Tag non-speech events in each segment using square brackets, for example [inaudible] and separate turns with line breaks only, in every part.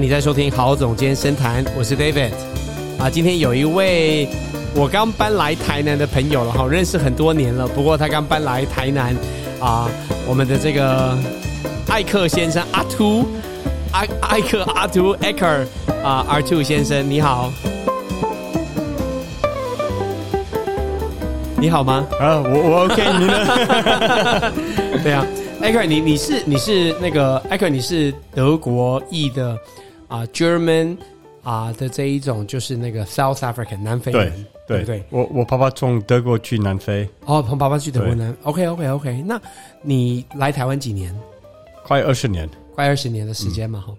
你在收听郝总监深谈，我是 David。啊，今天有一位我刚搬来台南的朋友了哈，认识很多年了，不过他刚搬来台南啊，我们的这个艾克先生阿秃，艾艾克阿秃 Acker 啊 R Two 先生，你好，你好吗？
啊，我我 OK，您呢？
对啊，Acker，你你是你是那个 Acker，你是德国裔的啊、German 啊、的这一种，就是那个 South African 南非
对
人，
[laughs] 对
不 [laughs] 对
对，？我我爸爸从德国去南非，
哦，彭爸爸去德国
对
南，OK OK OK，那你来台湾几年？
快二十年。
快二十年的时间
嗯
嘛，哈、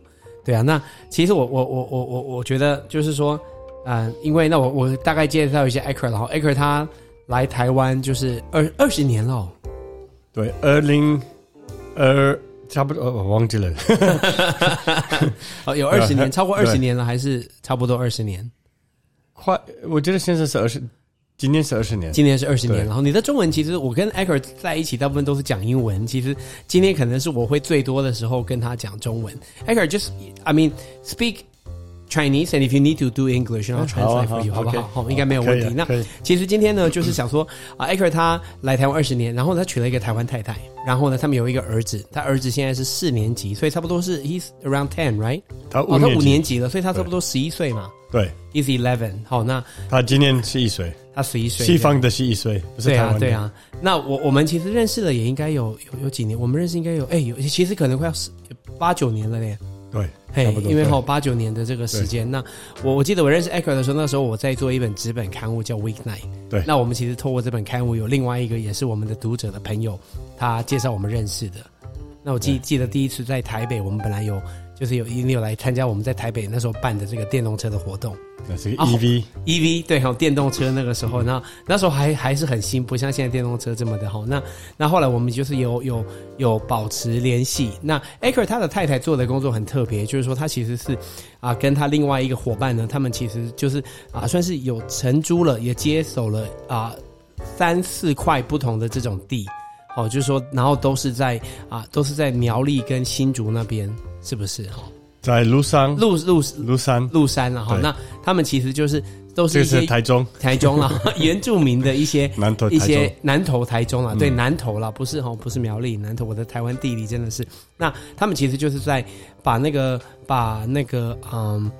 对啊，那其实我我我我我我觉得就是说，嗯、因为那我我大概介绍一下 Acker，然后 Acker 他来台湾就是二二十年了哦、
对，二零二差不多，哦我忘记了。 [laughs]
哦，有二十
对啊
年，超过二十
对
年了，还是差不多二十年？
快，我觉得现在是二十，今年是二十年。
今年是二十年，
对
然后你的中文其实我跟 Acker 在一起，大部分都是讲英文。其实今天可能是我会最多的时候跟他讲中文。Acker just I mean speak Chinese and if you need to do English, and I'll
好啊
translate for you，好不
OK
好？好，应该没有问题
可。以
那
啊可以
其实今天呢，就是想说啊，Acker 他来台湾二十年，然后他娶了一个台湾太太，然后呢，他们有一个儿子，他儿子现在是四年级，所以差不多是 he's around ten, right？
他
哦，
五
他
年
五
级，
年级了，所以他差不多十一岁嘛
对，
，he's eleven。好，那
他今年是一岁，
他十一岁，
西方的是一岁，不是
对
台湾
啊
的。，
对啊。那我我们其实认识了也应该有有有几年，我们认识应该有哎有，其实可能快要十八九年了嘞。
对，
嘿
差不，多
因为
对
哈八九年的这个时间，那我我记得我认识 Echo 的时候，那时候我在做一本纸本刊物叫 Weeknight。
对
那我们其实透过这本刊物，有另外一个也是我们的读者的朋友，他介绍我们认识的。那我记记得第一次在台北，我们本来有就是有你有来参加我们在台北那时候办的这个电动车的活动。
那是个 E
啊
EV，
EV 对哈、电动车那个时候，那那时候还还是很新，不像现在电动车这么的哈、那那后来我们就是有有有保持联系。那 Aker 他的太太做的工作很特别，就是说他其实是啊跟他另外一个伙伴呢，他们其实就是啊算是有承租了，也接手了啊三四块不同的这种地，哦，就是说然后都是在啊都是在苗栗跟新竹那边，是不是哈、
在庐山，
鹿鹿
庐山，
鹿山啊了哈、
对
那他们其实就是。都是
这
一
个
些
是台中，
台中
[laughs]
啦，原住民的一些
南投
一
哦台
些
中。嗯
南投台中啦，对南投啦，不是哈，不是苗栗南投，我的台湾地理真的是，那他们其实就是在把那个把那个嗯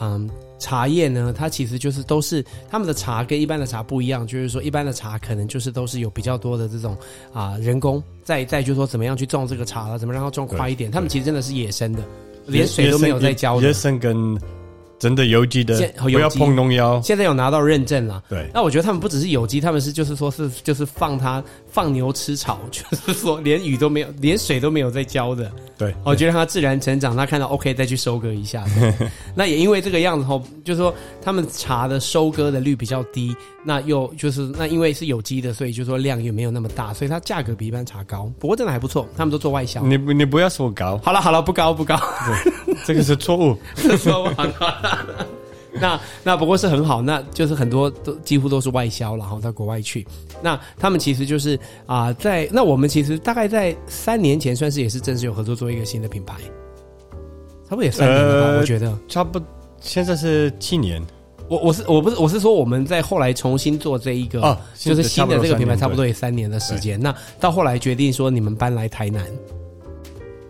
嗯茶叶呢，它其实就是都是他们的茶跟一般的茶不一样，就是说一般的茶可能就是都是有比较多的这种啊、人工，再再就是说怎么样去种这个茶了，怎么让它种快一点，他们其实真的是野生的，连水都没有在浇
野
的。
生跟真的有机的
现，
不
有
要
机
碰农药。
现在有拿到认证了，
对，
那我觉得他们不只是有机，他们是就是说是就是放它放牛吃草， [laughs] 就是说连雨都没有，连水都没有在浇的，
对，
我觉得让它自然成长，它看到 OK 再去收割一下。 [laughs] 那也因为这个样子吼，就是说他们茶的收割的率比较低，那又就是那因为是有机的，所以就说量也没有那么大，所以它价格比一般茶高。不过真的还不错，他们都做外销。
你不你不要说高，
好了好了，不高不高。
[laughs] 这个是错误。
说完了。 [laughs] 那那不过是很好，那就是很多都几乎都是外销了，然后到国外去。那他们其实就是啊、在那我们其实大概在三年前算是也是正式有合作做一个新的品牌，差不多也三年了吧？
呃
我觉得，
差不，现在是七年
我我是我不是我是说我们在后来重新做这一个，
哦
就是新的这个品牌，差不多
对
也三年的时间。那到后来决定说你们搬来台南，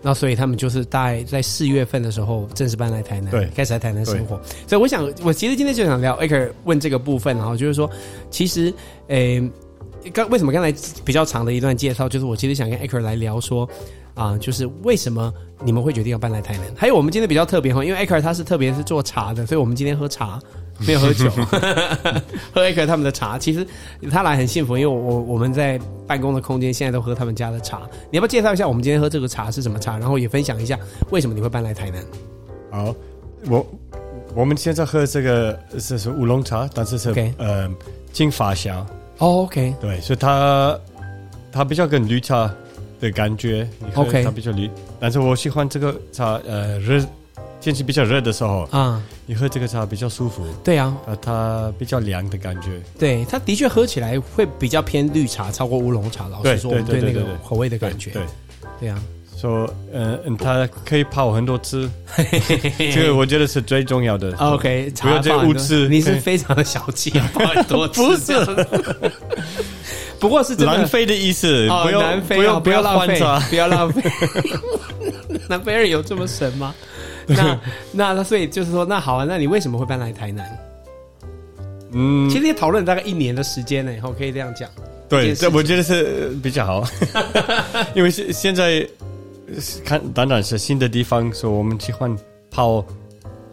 那所以他们就是大概在四月份的时候正式搬来台南，
对
开始在台南生活。所以我想，我其实今天就想聊 Aker 问这个部分，然后就是说，其实，诶、刚为什么刚才比较长的一段介绍，就是我其实想跟 Aker 来聊说，啊、就是为什么你们会决定要搬来台南？还有我们今天比较特别哈，因为 Aker 他是特别是做茶的，所以我们今天喝茶没有喝 [laughs] 酒，喝 Aker 他们的茶。其实他来很幸福，因为我我我们在办公的空间现在都喝他们家的茶。你要不要介绍一下我们今天喝这个茶是什么茶？然后也分享一下为什么你会搬来台南
好，我我们现在喝这个是是乌龙茶，但是是
OK
呃经发酵，
哦？OK，
对，所以它它比较跟绿茶的感觉你喝
OK
它比较绿，但是我喜欢这个茶，呃热天气比较热的时候，
啊、
你喝这个茶比较舒服，
对啊，
呃它比较凉的感觉，
对，它的确喝起来会比较偏绿茶，超过乌龙茶。老实
对
说，我
对
们对
对
那
对
个
对对
口味的感觉，
对，
对啊，
说，呃，嗯它可以泡很多次， [laughs] 这个我觉得是最重要
[laughs]
的。
OK，
不要
茶饭
这无
的
耻
你是
对
非常的小气，啊
[laughs]
不很多
不是
[laughs] 不过是真的
南非的意思，
哦，
不要
南非
不
哦
要
不要浪
换
费
茶，，
[laughs] 不要浪费。南非人有这么神
[laughs]
吗？那那那所以就是说，那好啊，那你为什么会搬来台南？
嗯，
其实也讨论大概一年的时间呢，以后可以这样讲。这
对，
件事
这我觉得是呃比
[laughs]
较好，因为现现在呃看当然是新的地方，所以我们喜欢泡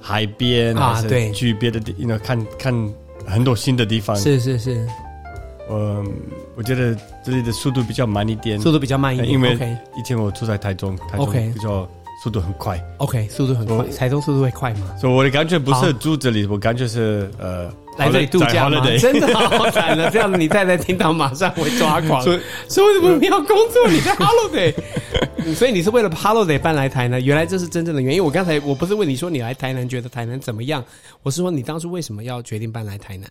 海边
啊
还是
对
去别的地，那看看很多新的地方。
是是是，
嗯，我觉得这里的速度比较慢一点，呃
速度比较慢一点，
嗯哎因为
OK
以前我住在台中，台
OK
中比较速度很快，
OK，速度很快，
我
台中速度会快吗？
所以我的感觉不
好
是住这里，我感觉是呃
啊来这里度假吗？
的。
真的好惨了，这样子你太太听到马上会抓狂。
所以
所以为什么你要工作？你在
[laughs]
holiday，嗯所以你是为了 holiday 搬来台南？原来这是真正的原因。我刚才我不是问你说你来台南觉得台南怎么样，我是说你当初为什么要决定搬来台南？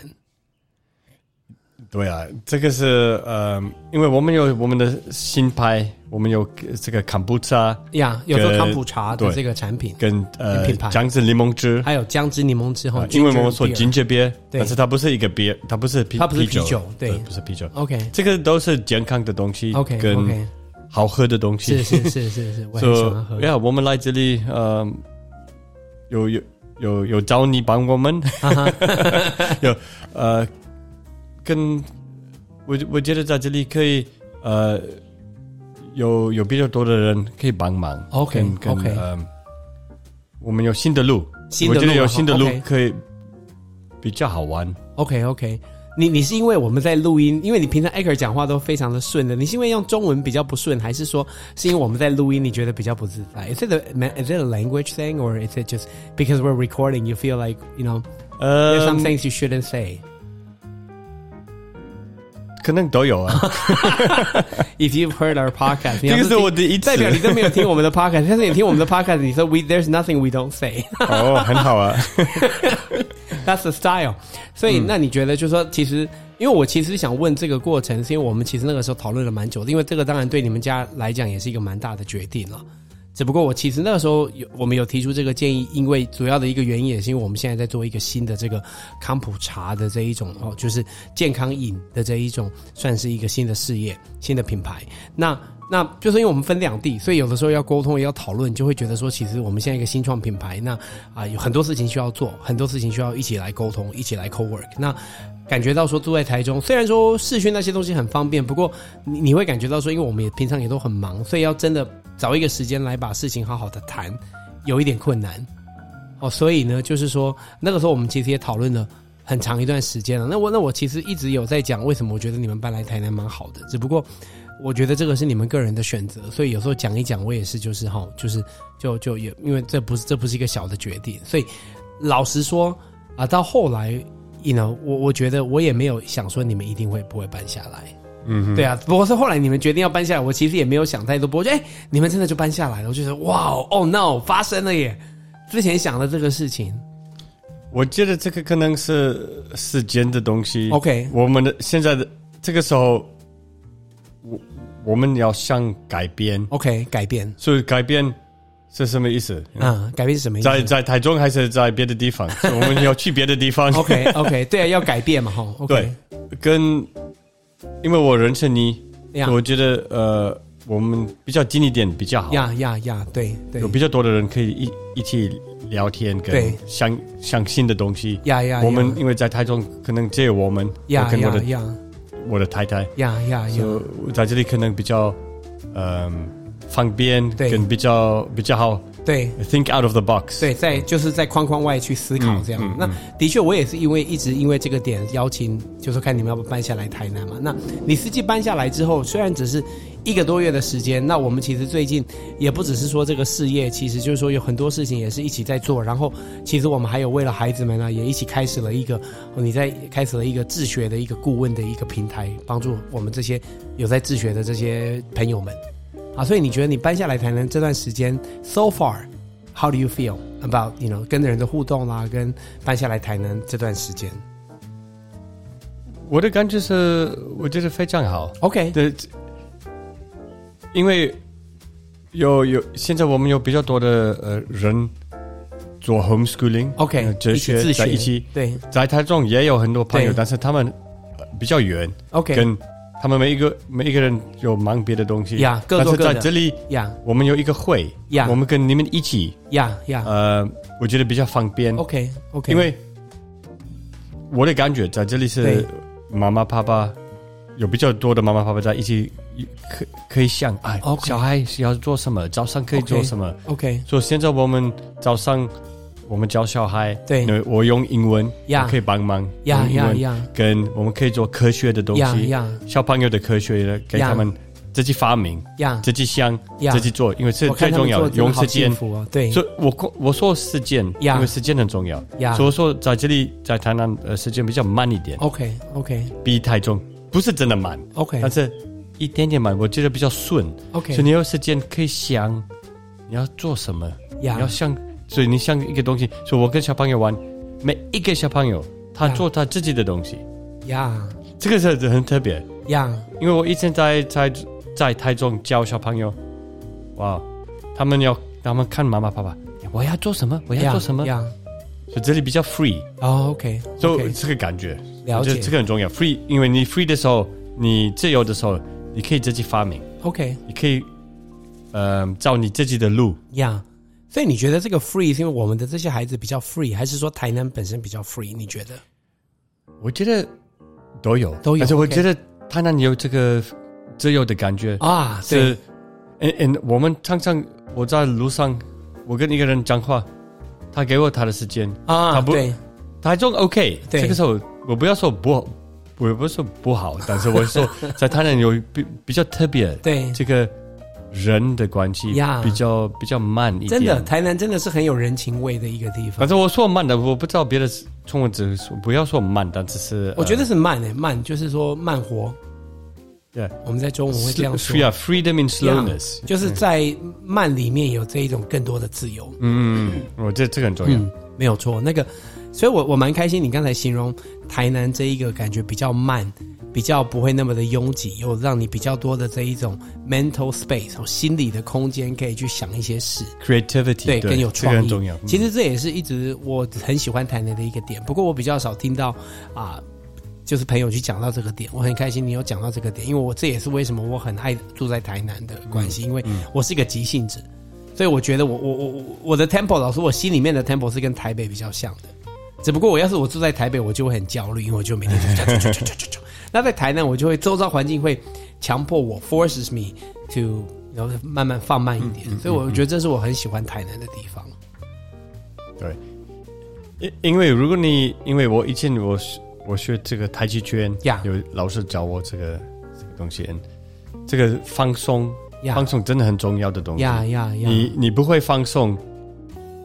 对啊，这个是呃，因为我们有我们的新派，我们有这个坎普茶
呀、有做
呃
康普茶的
对
这个产品，
跟呃
品牌
姜子柠檬汁，
还有姜汁柠檬汁哈
啊，因为我们
ginger
说
beer
ginger beer，
对
但是它不是一个 beer，它不是啤，
它不是啤
啤
酒对
不是啤酒。
OK
这个都是健康的东西
OK
跟
OK，
好喝的东
是
西。
是是是是，我很喜欢喝
so,。yeah，我们来这里，呃，有有有有找你帮我们，
啊
[laughs] 有呃，跟我我觉得在这里可以呃，有有比较多的人可以帮忙。
OK，
跟跟
OK
呃，我们有新的路，
新的
我觉
路
得有
啊
新的路
OK
可以比较好玩。
OK OK，你你是因为我们在录音，因为你平常 Aker 讲话都非常的顺的，你是因为用中文比较不顺，还是说是因为我们在录音你觉得比较不自在？Is it a ma- is it a language thing or is it just because we're recording you feel like you know there's
呃，
some things you shouldn't say
可能
[laughs]
都有啊。
if you've heard our podcast？你
[laughs] 这
要
个
是
是我第一次
代，表你都没有听我们的 podcast，但是你听我们的 podcast，你说 we there's nothing we don't say。
哦，很好啊。
That's the style。所以，那你觉得，就是说，其实，因为我其实想问这个过程，是因为我们其实那个时候讨论了蛮久的，因为这个当然对你们家来讲也是一个蛮大的决定了。只不过我其实那个时候有我们有提出这个建议，因为主要的一个原因也是因为我们现在在做一个新的这个康普茶的这一种哦，就是健康饮的这一种，算是一个新的事业、新的品牌。那那就是因为我们分两地，所以有的时候要沟通也要讨论，就会觉得说，其实我们现在一个新创品牌，那啊、有很多事情需要做，很多事情需要一起来沟通，一起来 co work。那感觉到说住在台中，虽然说视讯那些东西很方便，不过你你会感觉到说，因为我们也平常也都很忙，所以要真的找一个时间来把事情好好的谈，有一点困难。哦，所以呢，就是说那个时候我们其实也讨论了很长一段时间了。那我那我其实一直有在讲，为什么我觉得你们搬来台南蛮好的，只不过我觉得这个是你们个人的选择，所以有时候讲一讲，我也是就是哈，就是就就也因为这不是这不是一个小的决定，所以老实说啊，到后来，you know，我我觉得我也没有想说你们一定会不会搬下来。
嗯哼，
对啊，不过是后来你们决定要搬下来，我其实也没有想太多。不过就哎、你们真的就搬下来了，我就觉得哇哦哦 no，发生了耶！之前想的这个事情
我觉得这个可能是时间的东西。
，OK，
我们的现在的这个时候，我我们要想改变，
OK，改变，
所以改变是什么意思？
嗯，改变是什么意思？
在在台中还是在别的地
[laughs]
方？所以我们要去别的地方。
OK OK，对啊，要改变嘛哈。OK，
对，跟因为我认识你，
呀
我觉得呃，我们比较近一点比较好，
呀呀呀，对对
有，比较多的人可以一一起聊天，跟
哎对
相相信的东西。
呀呀，
我们因为在台中，可能只有我们，
呀呀
我跟我的
呀
我的太太。
呀呀呀
就在这里可能比较嗯方便，
对
跟比较比较好
对
think out of the box。
对，在就是在框框外去思考这样。那的确，我也是因为一直因为这个点邀请，就是看你们要不要搬下来台南嘛。那你实际搬下来之后，虽然只是一个多月的时间，那我们其实最近也不只是说这个事业，其实就是说有很多事情也是一起在做。然后，其实我们还有为了孩子们啊呢，也一起开始了一个哦你在开始了一个自学的一个顾问的一个平台，帮助我们这些有在自学的这些朋友们。啊，所以你觉得你搬下来台南这段时间，so far How do you feel about you know 跟人的互动啦、跟搬下来台南这段时间
我的感觉是，我觉得非常好。
？OK，
对，因为有有，现在我们有比较多的呃人做 homeschooling。
OK，
呃哲
一起自
学在一起，
对
在台中也有很多朋友，
对
但是他们呃比较远，
，OK，
跟他们每一个每一个人有忙别的东西。
呀各做
但是
各的
在这里，
呀
我们有一个会
呀
我们跟你们一起，
呀呀
呃，我觉得比较方便。
，OK OK，
因为我的感觉在这里是
对
妈妈爸爸有比较多的妈妈爸爸在一起，可可以想，哎
OK
小孩是要做什么，早上可以
OK
做什么。
OK
所以现在我们早上我们教小孩，
对
那我用英文
呀
我可以帮忙，
呀
用英
呀
文
呀
跟我们可以做科学的东
呀
西，
呀
小朋友的科学的给
呀
他们自己发明、
呀，
自己想、
呀
自己做，因为这
我看
最
他
重
们
要
做，
用时间
真的好幸。福哦，对
所以我说我说时间，
呀
因为时间很重要。
呀
所以说在这里在台南呃时间比较慢一点，
，OK OK
比台中不是真的慢，
OK
但是一点点慢，我觉得比较顺。所以
OK
你有时间可以想你要做什么，
呀
你要想，所以你想一个东西。所以我跟小朋友玩，每一个小朋友他
呀
做他自己的东西，
呀
这个是很特别。
呀
因为我以前在在在台中教小朋友，哇，他们要他们看妈妈爸爸，我要做什么，我要
呀
做什么，
呀，
所以这里比较 free，
哦 OK，
就
OK，
这个感觉，
了
我觉得
解
这个很重要。free，因为你 free 的时候，你自由的时候，你可以自己发明，
OK
你可以，呃，照你自己的路。
呀。所以你觉得这个 free 是因为我们的这些孩子比较 free，还是说台南本身比较 free？你觉得？
我觉得都有，
都有
但是我
OK
觉得台南有这个自由的感觉，
啊，对
是，嗯嗯，我们常常我在路上，我跟一个人讲话，他给我他的时间，
啊，
他不
对
台中 OK，
对
这个时候我不要说不好，我也不是说不好，但是我
[laughs]
说在台南有比比较特别，
对，
这个人的关系
呀
比较比较慢一点，
真的，。台南真的是很有人情味的一个地方
反。正我说慢的，我不知道别的中文字说不要说慢，但只是呃
我觉得是慢诶、欸慢就是说慢活。
对
我们在中文会这样说
free 啊，freedom in slowness，
就是在慢里面有这一种更多的自由。
嗯，我觉得这个很重要。
嗯，没有错。那个，所以我我蛮开心，你刚才形容台南这一个感觉比较慢，比较不会那么的拥挤，又让你比较多的这一种 mental space，哦，心理的空间可以去想一些事。
creativity，
对，更有创
这
意。
个很重要。嗯
其实这也是一直我很喜欢台南的一个点，不过我比较少听到啊、就是朋友去讲到这个点，我很开心你有讲到这个点，因为我这也是为什么我很爱住在台南的关
嗯
系，因为我是一个急性子，所以我觉得我我我我我的 tempo 老师，我心里面的 tempo 是跟台北比较像的。只不过我要是我住在台北，我就会很焦虑，因为我就每天就这样啾啾啾啾啾啾那在台南，我就会周遭环境会强迫我 forces me to 然后慢慢放慢一点，
嗯
所以我觉得这是我很喜欢台南的地方。
嗯对，因因为如果你因为我以前我学我学这个太极拳
Yeah
有老师教我这个这个东西，嗯这个放松
呀
放松真的很重要的东西。
呀呀呀！
嗯你你不会放松，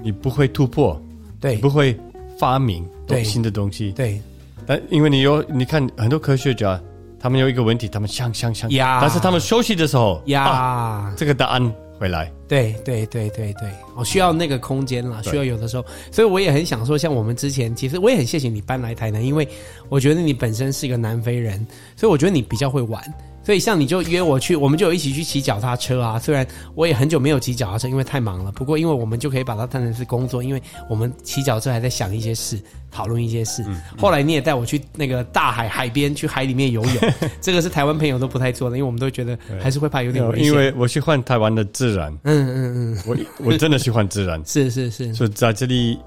你不会突破，
对
你不会发明
对
新的东西。
对
但因为你有你看很多科学家，他们有一个问题，他们想想想
Yeah
但是他们休息的时候啊
呀，
这个答案回来。
对对对对对，我需要那个空间啦，需要有的时候，所以我也很想说，像我们之前，其实我也很谢谢你搬来台南，因为啊我觉得你本身是一个南非人，所以我觉得你比较会玩。所以像你就约我去，我们就有一起去骑脚踏车啊。虽然我也很久没有骑脚踏车，因为太忙了。不过因为我们就可以把它当成是工作，因为我们骑脚踏车还在想一些事，讨论一些事。
嗯
后来你也带我去那个大海海边，去海里面游
[laughs]
泳，这个是台湾朋友都不太做的，因为我们都觉得还是会怕有点危险。
因为我喜欢台湾的自然，
嗯嗯嗯，，
我我真的喜欢自然 [laughs]
是是是。
所以在这里，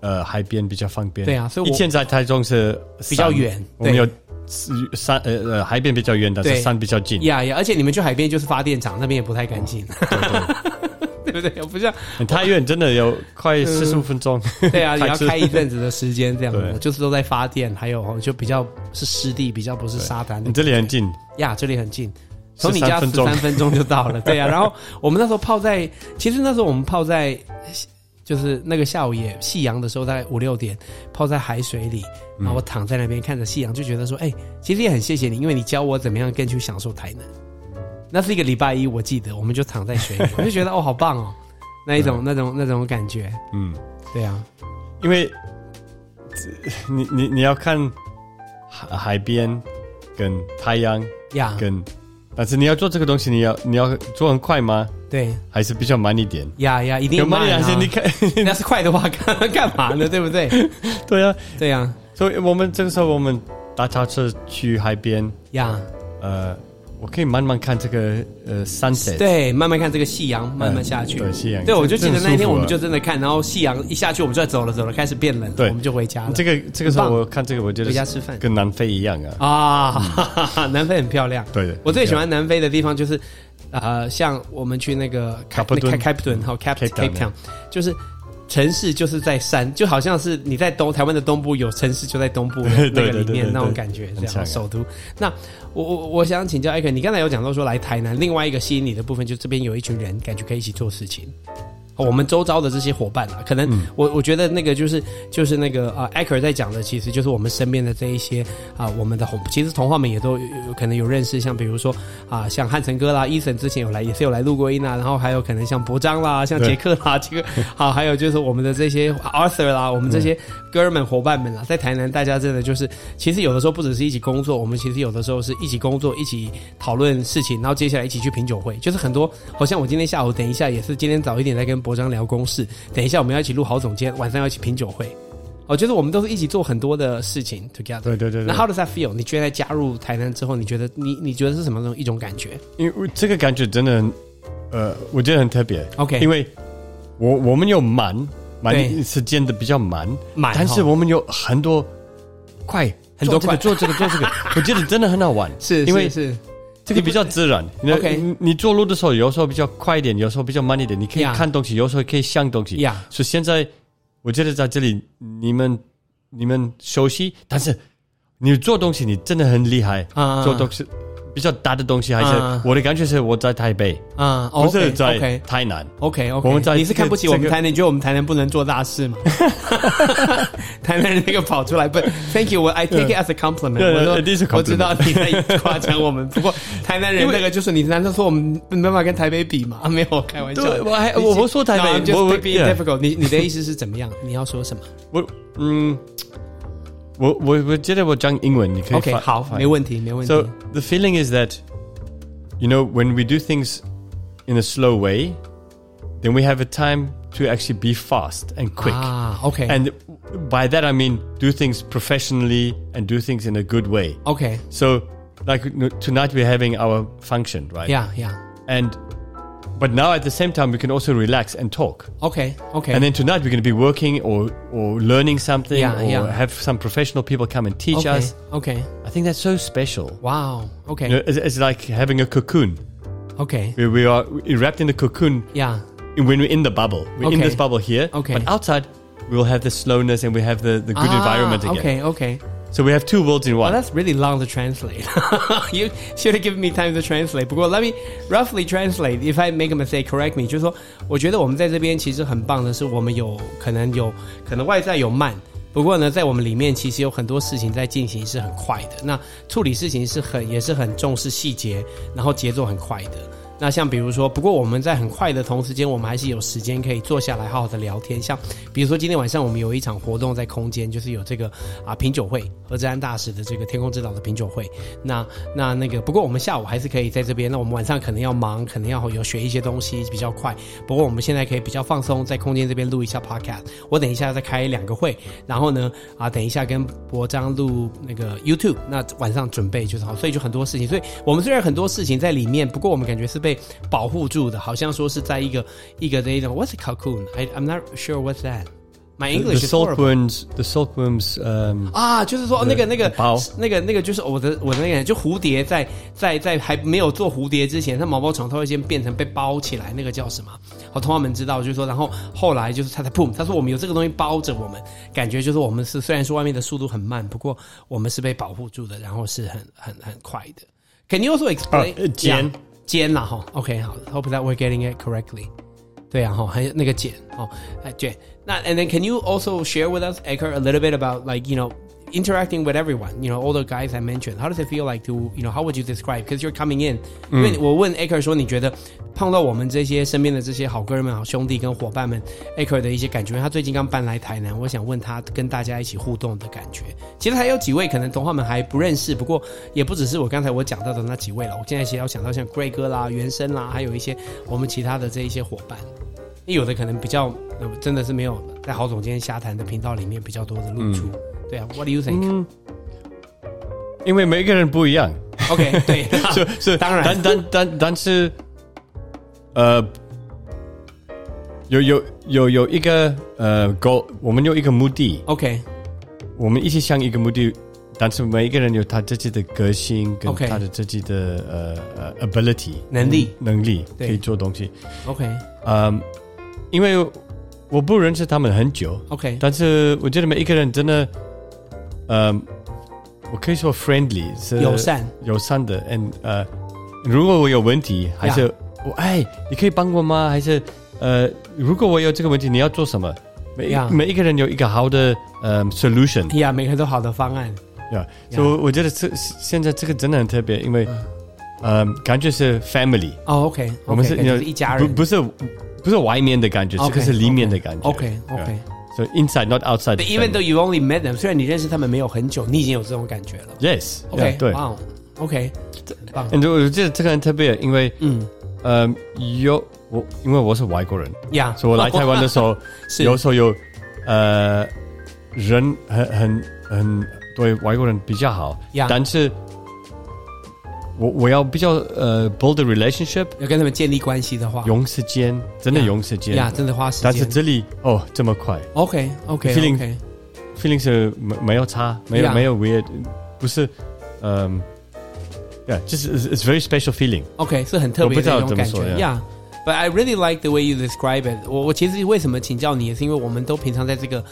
呃，海边比较方便。
对啊所以我
以前在台中是山
比较远
我们
对
有山呃呃海边比较远，但是
对
山比较近。
呀呀，而且你们去海边就是发电厂，那边也不太干净，
哦
[laughs] 对不对？不像
太远真的有快四十五分钟。
嗯 [laughs] 对
[laughs]
啊，也要
开车
开一阵子的时间这样子
对，
就是都在发电，还有哦就比较是湿地，比较不是沙滩
你这里很近，
呀，这里很近。从你家十
13分钟
三分钟就到了，对
[laughs]
呀、然后我们那时候泡在，其实那时候我们泡在，就是那个下午也夕阳的时候，大概五六点，泡在海水里，
嗯
然后我躺在那边看着夕阳，就觉得说，哎、其实也很谢谢你，因为你教我怎么样更去享受台南。那是一个礼拜一，我记得，我们就躺在
[laughs]
水里，我就觉得哦，好棒哦，那一种那种那种感觉，
嗯，
对啊，
因为 [laughs] 这你你你要看海海边跟太阳
呀
跟，但是你要做这个东西，你要你要做很快吗？
对
还是比较慢一点？
呀呀，一定
有慢一
慢
点，
啊
还是你看，
那是快的话， [laughs] 干干嘛呢？对不对？
对啊，
对呀
所以我们这个时候我们搭叉车去海边，
呀，
呃，我可以慢慢看这个呃 sunset，
对，慢慢看这个夕阳慢慢下去。
嗯对夕阳
对，我就记
真
得那
的
一
舒
天
服
我们
啊
就真的看，然后夕阳一下去，我们就走了走了，开始变冷了，
对
我们就回家了。
这个这个时
很
候
棒
我看这个，我觉得
回家吃饭
跟南非一样啊。
啊， [laughs] 哈哈哈，南非很漂亮。
对的
我最喜欢南非的地方就是，呃，像我们去那个
卡普敦
开开普敦，好 Cap
Cape
Cape
Town
Town，就是城市就是在山，就好像是你在东台湾的东部有城市就在东部那
[laughs] 对
个
对
里
对
面
对
那种
对
感觉，这
很像
样
啊
首都。那我我我想请教艾克，你刚才有讲到说来台南，另外一个吸引你的部分就是这边有一群人，感觉可以一起做事情。哦我们周遭的这些伙伴啊，可能
嗯
我、我觉得那个就是就是那个啊，艾克在讲的，其实就是我们身边的这一些啊，我们的同其实同话们也都有有可能有认识，像比如说啊，像汉城哥啦，伊森之前有来也是有来录过音啊，然后还有可能像博章啦，像杰克啦，这个好，还有就是我们的这些 Arthur 啦，我们这些哥们伙伴们啦，在台南大家真的就是，其实有的时候不只是一起工作，我们其实有的时候是一起工作，一起讨论事情，然后接下来一起去品酒会，就是很多，好像我今天下午等一下也是今天早一点在跟博章聊公事，等一下我们要一起录好总监，晚上要一起品酒会。哦，就是我们都是一起做很多的事情 together。
对对对
那
对
how does that feel？你觉得在加入台南之后，你觉得你你觉得是什么种一种感觉
因为这个感觉真的很，呃，我觉得很特别。
？OK，
因
为
为我我们有慢，
对
慢时间的比较慢，
满，
但是
哦
我们有很多快，
很多快
做这个做这个，做这个我觉得真的很好玩。
[laughs] 是
因为
是是
这个比较自然。你
OK
你你做路的时候，有时候比较快一点，有时候比较慢一点，你可以
Yeah
看东西，有时候可以想东西。
呀
所以现在我觉得在这里，你们你们休息，但是你做东西，你真的很厉害。
啊
做东西比较大的东西，还是、
啊
我的感觉是我在台北，
啊，
不是在
OK
台南。
OK OK，
我们在
你是看不起
这
我
个
们台南，你觉得我们台南不能做大
[laughs]
事吗？台南人那个跑出来不，Thank you，我 I take it as a compliment。
Yeah, yeah,
我说
it is a compliment.
我知道你在夸奖我们，不过台南人那个就是你，难道说我们没办法跟台北比吗？啊没有，我开玩笑的。
对我还我不说台北
No, I'm just
我我
being
yeah.
difficult。你你的意思是怎么样？ [laughs] 你要说什么
我嗯，我我我觉得我讲英文，你可以
？OK，
翻
好，
翻
没问题，没问题
So。the feeling is that, you know, when we do things in a slow way, then we have a time to actually be fast and quick.
啊，OK，
And by that I mean do things professionally and do things in a good way.
OK，
So, like you know, tonight we're having our function, right?
yeah yeah
And but now at the same time we can also relax and talk.
OK OK，
And then tonight we're going to be working or or learning something
Yeah,
or
yeah.
have some professional people come and teach
OK
us.
OK，
I think that's so special.
wow
You
OK
know, it's, it's like having a cocoon.
OK
We, we are wrapped in a cocoon
yeah
when we're in the bubble. We're in
Okay.
this bubble here.
Okay.
But outside, we'll have the slowness and we have the, the good environment
OK
again.
OK。
So we have two worlds in
Well,
one.
that's really long to translate. [laughs] you should have given me time to translate. 不过，let me roughly translate. If I make a mistake, correct me. 就是说，我觉得我们在这边其实很棒的是，我们有可能有可能外在有慢，不过呢，在我们里面其实有很多事情在进行是很快的。那处理事情是很也是很重视细节，然后节奏很快的。那像比如说，不过我们在很快的同时间，我们还是有时间可以坐下来好好的聊天。像比如说今天晚上我们有一场活动在空间，就是有这个啊品酒会，和治安大使的这个天空之岛的品酒会。那那那个，不过我们下午还是可以在这边。那我们晚上可能要忙，可能要有学一些东西比较快。不过我们现在可以比较放松，在空间这边录一下 podcast。我等一下再开两个会，然后呢啊，等一下跟博章录那个 YouTube。那晚上准备就是好，所以就很多事情。所以我们虽然很多事情在里面，不过我们感觉是被保护住的，好像说是在一个一个的一种 What's a cocoon? I I'm not sure what's that. My
the
English is horrible.
saltworms, the saltworms, um,
啊，就是说那个那个
包
那个那个，就是我的我的那个，就蝴蝶在在在还没有做蝴蝶之前，它毛毛虫它会先变成被包起来，那个叫什么？好，同行们知道，就是说，然后后来就是它才 boom，他说我们有这个东西包着我们，感觉就是我们是虽然说外面的速度很慢，不过我们是被保护住的，然后是很很很快的。Can you also explain、
呃尖
Yeah，尖啦哈？OK，好，Hope that we're getting it correctly。对啊，哈，还有那个简哦，哎，对。那 and then can you also share with us, Edgar, a little bit about like you know interacting with everyone, you know, all the guys I mentioned, how does it feel like to, you know, how would you describe? Because you're coming in，、因为我问 Aker 说，你觉得碰到我们这些身边的这些好哥们、好兄弟跟伙伴们，Aker 的一些感觉，他最近刚搬来台南，我想问他跟大家一起互动的感觉。其实还有几位可能同行们还不认识，不过也不只是我刚才我讲到的那几位了，我现在其实要想到像 Gray 哥啦、原生啦，还有一些我们其他的这一些伙伴。因为有的可能比较，呃真的是没有在郝总监瞎谈的频道里面比较多的露出。
嗯
对啊，What do you think？OK，、
因为每个人不一样，
对，
[laughs] 是
[laughs]
是，
当然
但但但但是，呃，有有有有一个呃 goal，我们有一个目的，
OK，
我们一起向一个目的，但是每一个人有他自己的个性跟
OK
他的自己的呃呃 uh, ability
能力
能力可
对
以做东西，
，OK，
嗯，因为我不认识他们很久，
OK，
但是我觉得每一个人真的，呃，我可以说 friendly 是
友善
友善的，and 呃，如果我有问题，还是我哎，你可以帮我吗？还是呃，如果我有这个问题，你要做什么？每
Yeah
每一个人有一个好的呃 solution，
哎呀，每个都好的方案，
呀，所以我我觉得这现在这个真的很特别，因为
嗯
呃，感觉是 family，
哦，OK，
我们是
就
you know，
是一家
不
人，
不是不是外面的感觉，这
OK，
个是里面的感觉。
OK，OK。
So inside not outside.
But even though
family.
you only met them，虽然你认识他们没有很久，你已经有这种感觉了。
yes，
OK，
yeah，对。嗯
哇哦，OK，这很棒，
And 我觉得这个很特别，因为
嗯，
呃，有我因为我是外国人，
呀，
所以我来台湾的时候，
哦 [laughs] 是
有时候有呃人很很很对外国人比较好
Yeah
但是我我要比较呃 build a relationship，
要跟他们建立关系的话，
用时间，真的
啊 Yeah
用时间。
呀，真的花时
但是
间。
这里哦这么快
OK，OK，OK，
feeling-，feeling 是没没有差，没有
Yeah
没有 weird，不是，嗯、y e a h 就是 it's it's very special feeling。
OK，是很特别的一种感
我不知道怎么
觉
说
呀。But I really like the way you describe it 我。我其实为什么请教你，也是因为我们都平常在这个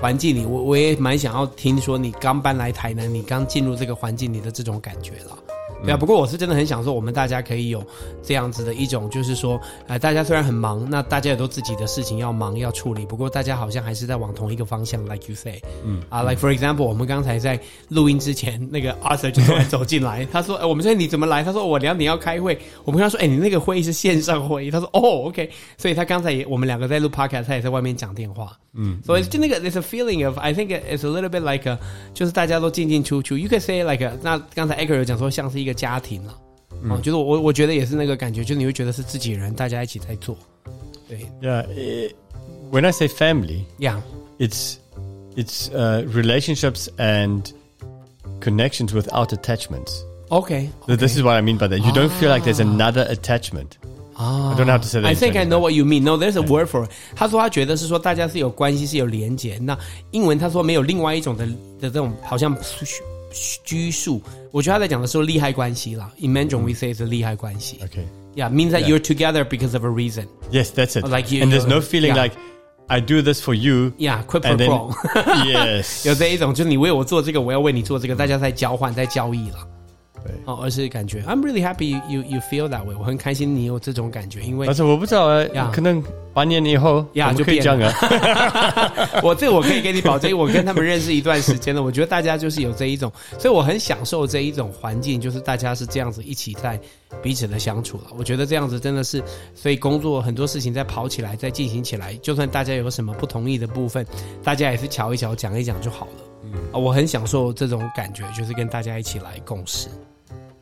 环境里，我我也蛮想要听说你刚搬来台南，你刚进入这个环境里的这种感觉了。
嗯
对啊，不过我是真的很想说，我们大家可以有这样子的一种，就是说，呃，大家虽然很忙，那大家也都自己的事情要忙要处理，不过大家好像还是在往同一个方向，like you say，嗯啊、l i k e for example，我们刚才在录音之前，那个 Arthur 就突然走进
[laughs]
来，他说，哎、我们说你怎么来？他说我两点要开会，我们跟他说，哎、你那个会议是线上会议，他说哦，OK，所以他刚才也我们两个在录 podcast，他也在外面讲电话，嗯，所以就那个 there's a feeling of I think it's a little bit like a 就是大家都进进出出，you can say like a, 那刚才 Aker 有讲说像是一个家庭了。哦，就是我我我觉得也是那个感觉，就是你会觉得是自己人，大家一起在做，对
Yeah, eh, when I say family,
呀
it's it's uh, relationships and connections without attachments.
，OK，
So This is what I mean by that. You don't feel like there's another attachment. I don't have to say that.
Ah. I
in
think I
Chinese.
know what you mean. No, there's a word for it. 他说他觉得是说大家是有关系，是有连结。那英文他说没有另外一种的的这种好像拘拘束。我觉得他在讲的是利害关系啦。In Mandarin we say 是利害关系。
Okay.
Yeah, means that you're together because of a reason.
Yes, that's it.
Like you-
and there's no
you-
feeling
yeah.
like I do this
[laughs]
for you.
Yeah, quid pro
And then
quo.
yes.
有这一种，就是你为我做这个，我要为你做这个，大家在交换，在交易了。
对
哦，而是感觉 I'm really happy you you you feel that way。我很开心你有这种感觉，因为
但是我不知道啊
Yeah.
可能八年以后
Yeah，
我们
就
可以
变
这样啊。
我这我可以给你保证，因为我跟他们认识一段时间了，我觉得大家就是有这一种，所以我很享受这一种环境，就是大家是这样子一起在彼此的相处了。我觉得这样子真的是，所以工作很多事情在跑起来，在进行起来，就算大家有什么不同意的部分，大家也是瞧一瞧，讲一讲就好了。嗯，啊，我很享受这种感觉，就是跟大家一起来共事。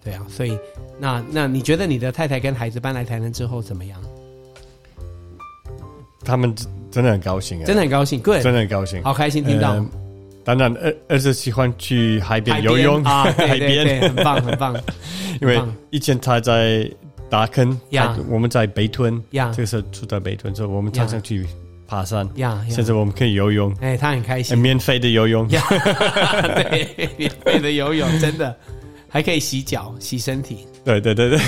对啊，所以那那你觉得你的太太跟孩子搬来台南之后怎么样？
他们真的很高兴啊，
真的很高兴，good，
真的很高兴。
好开心听到。
呃当然，儿儿子喜欢去海边
海边
游泳
啊，
[laughs]
对
海
对对，
边，
很棒很棒
因为
很棒
以前他在达坑，
呀
他我们在北屯，
呀
这个时候住在北屯，所以我们常常去爬山，
呀
甚
呀！
至我们可以游泳，
哎，他很开
呃
心，
免费的游泳。
呀，
哎
对，免费的游泳真的还可以洗脚、洗身体。
对对对对，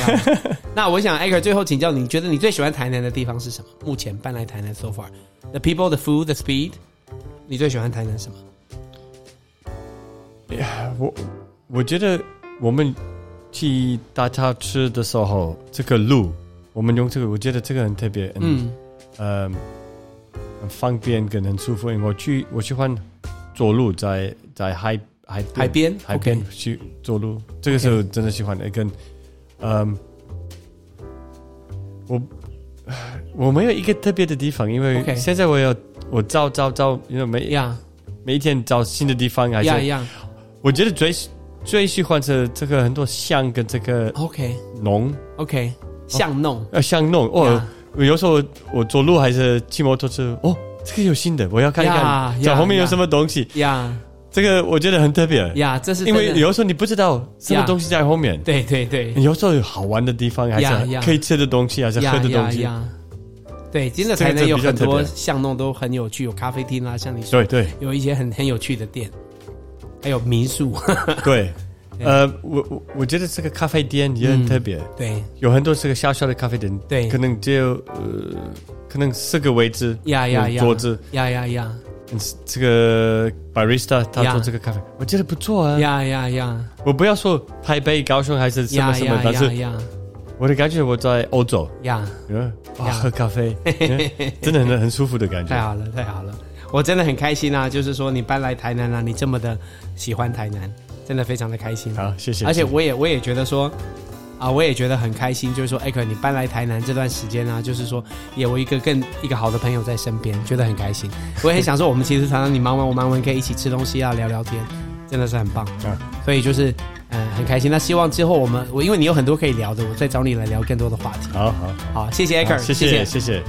那我想艾克最后请教你，你觉得你最喜欢台南的地方是什么？目前搬来台南 so far，the people, the food, the speed，你最喜欢台南什么？
我 [laughs] 我觉得我们去大家吃的时候，这个路我们用这个，我觉得这个很特别，嗯
嗯
嗯，很方便跟很舒服。因为我去我喜欢走路在在海海边
海边
海边
OK
去走路，这个时候真的喜欢跟，嗯，我我没有一个特别的地方，因为
OK
现在我要我照照照，因为每
呀
每一天找新的地方，还是
呀呀
我觉得最最喜欢是这个很多巷跟这个
，OK
农
OK，巷弄
呃巷弄哦。
呀
我有时候我我走路还是骑摩托车，哦，这个有新的，我要看一
呀
看，
呀
找后面有什么东西。
呀
这个我觉得很特别，
呀，这是
因为
真的
有时候你不知道什么东西在后面。
对对对，
有时候有好玩的地方，还
呀
是
呀
可以吃的东西，还是喝的东西。
呀对，真的
这个
才能
就
有
比较
很
特
多
别
巷弄都很有趣，有咖啡厅啦，像你说，
对对
[laughs] 有一些很很有趣的店，还有民
[laughs]
宿，
对，呃，我我我觉得这个咖啡店也很特别，
对
有很多这个小小的咖啡店，
嗯对
可能只有呃，可能四个位置，
呀呀呀，
有桌子，
呀呀呀
嗯这个 barista 他
呀
做这个咖啡，我觉得不错啊。
呀呀呀
我不要说台北、高雄还是什
呀
么什么，
呀
但
呀
是
呀
我的感觉我在欧洲，
呀，
嗯哇，
呀
喝
[laughs]
咖啡，嗯真的很很舒服的感
太
觉。
好了太好了，我真的很开心啊！就是说你搬来台南啊，你这么的喜欢台南，真的非常的开心。
好，谢谢。
而且我也我也觉得说，啊，我也觉得很开心，就是说，艾哎可你搬来台南这段时间啊，就是说，有一个更一个好的朋友在身边，觉得很开心。我也很想说，我们其实常常你忙完我忙完可以一起吃东西啊，聊聊天，真的是很棒。
啊
所以就是，嗯、很开心。那希望之后我们我因为你有很多可以聊的，我再找你来聊更多的话题。
好好，
好，谢谢艾可，
好谢谢谢谢。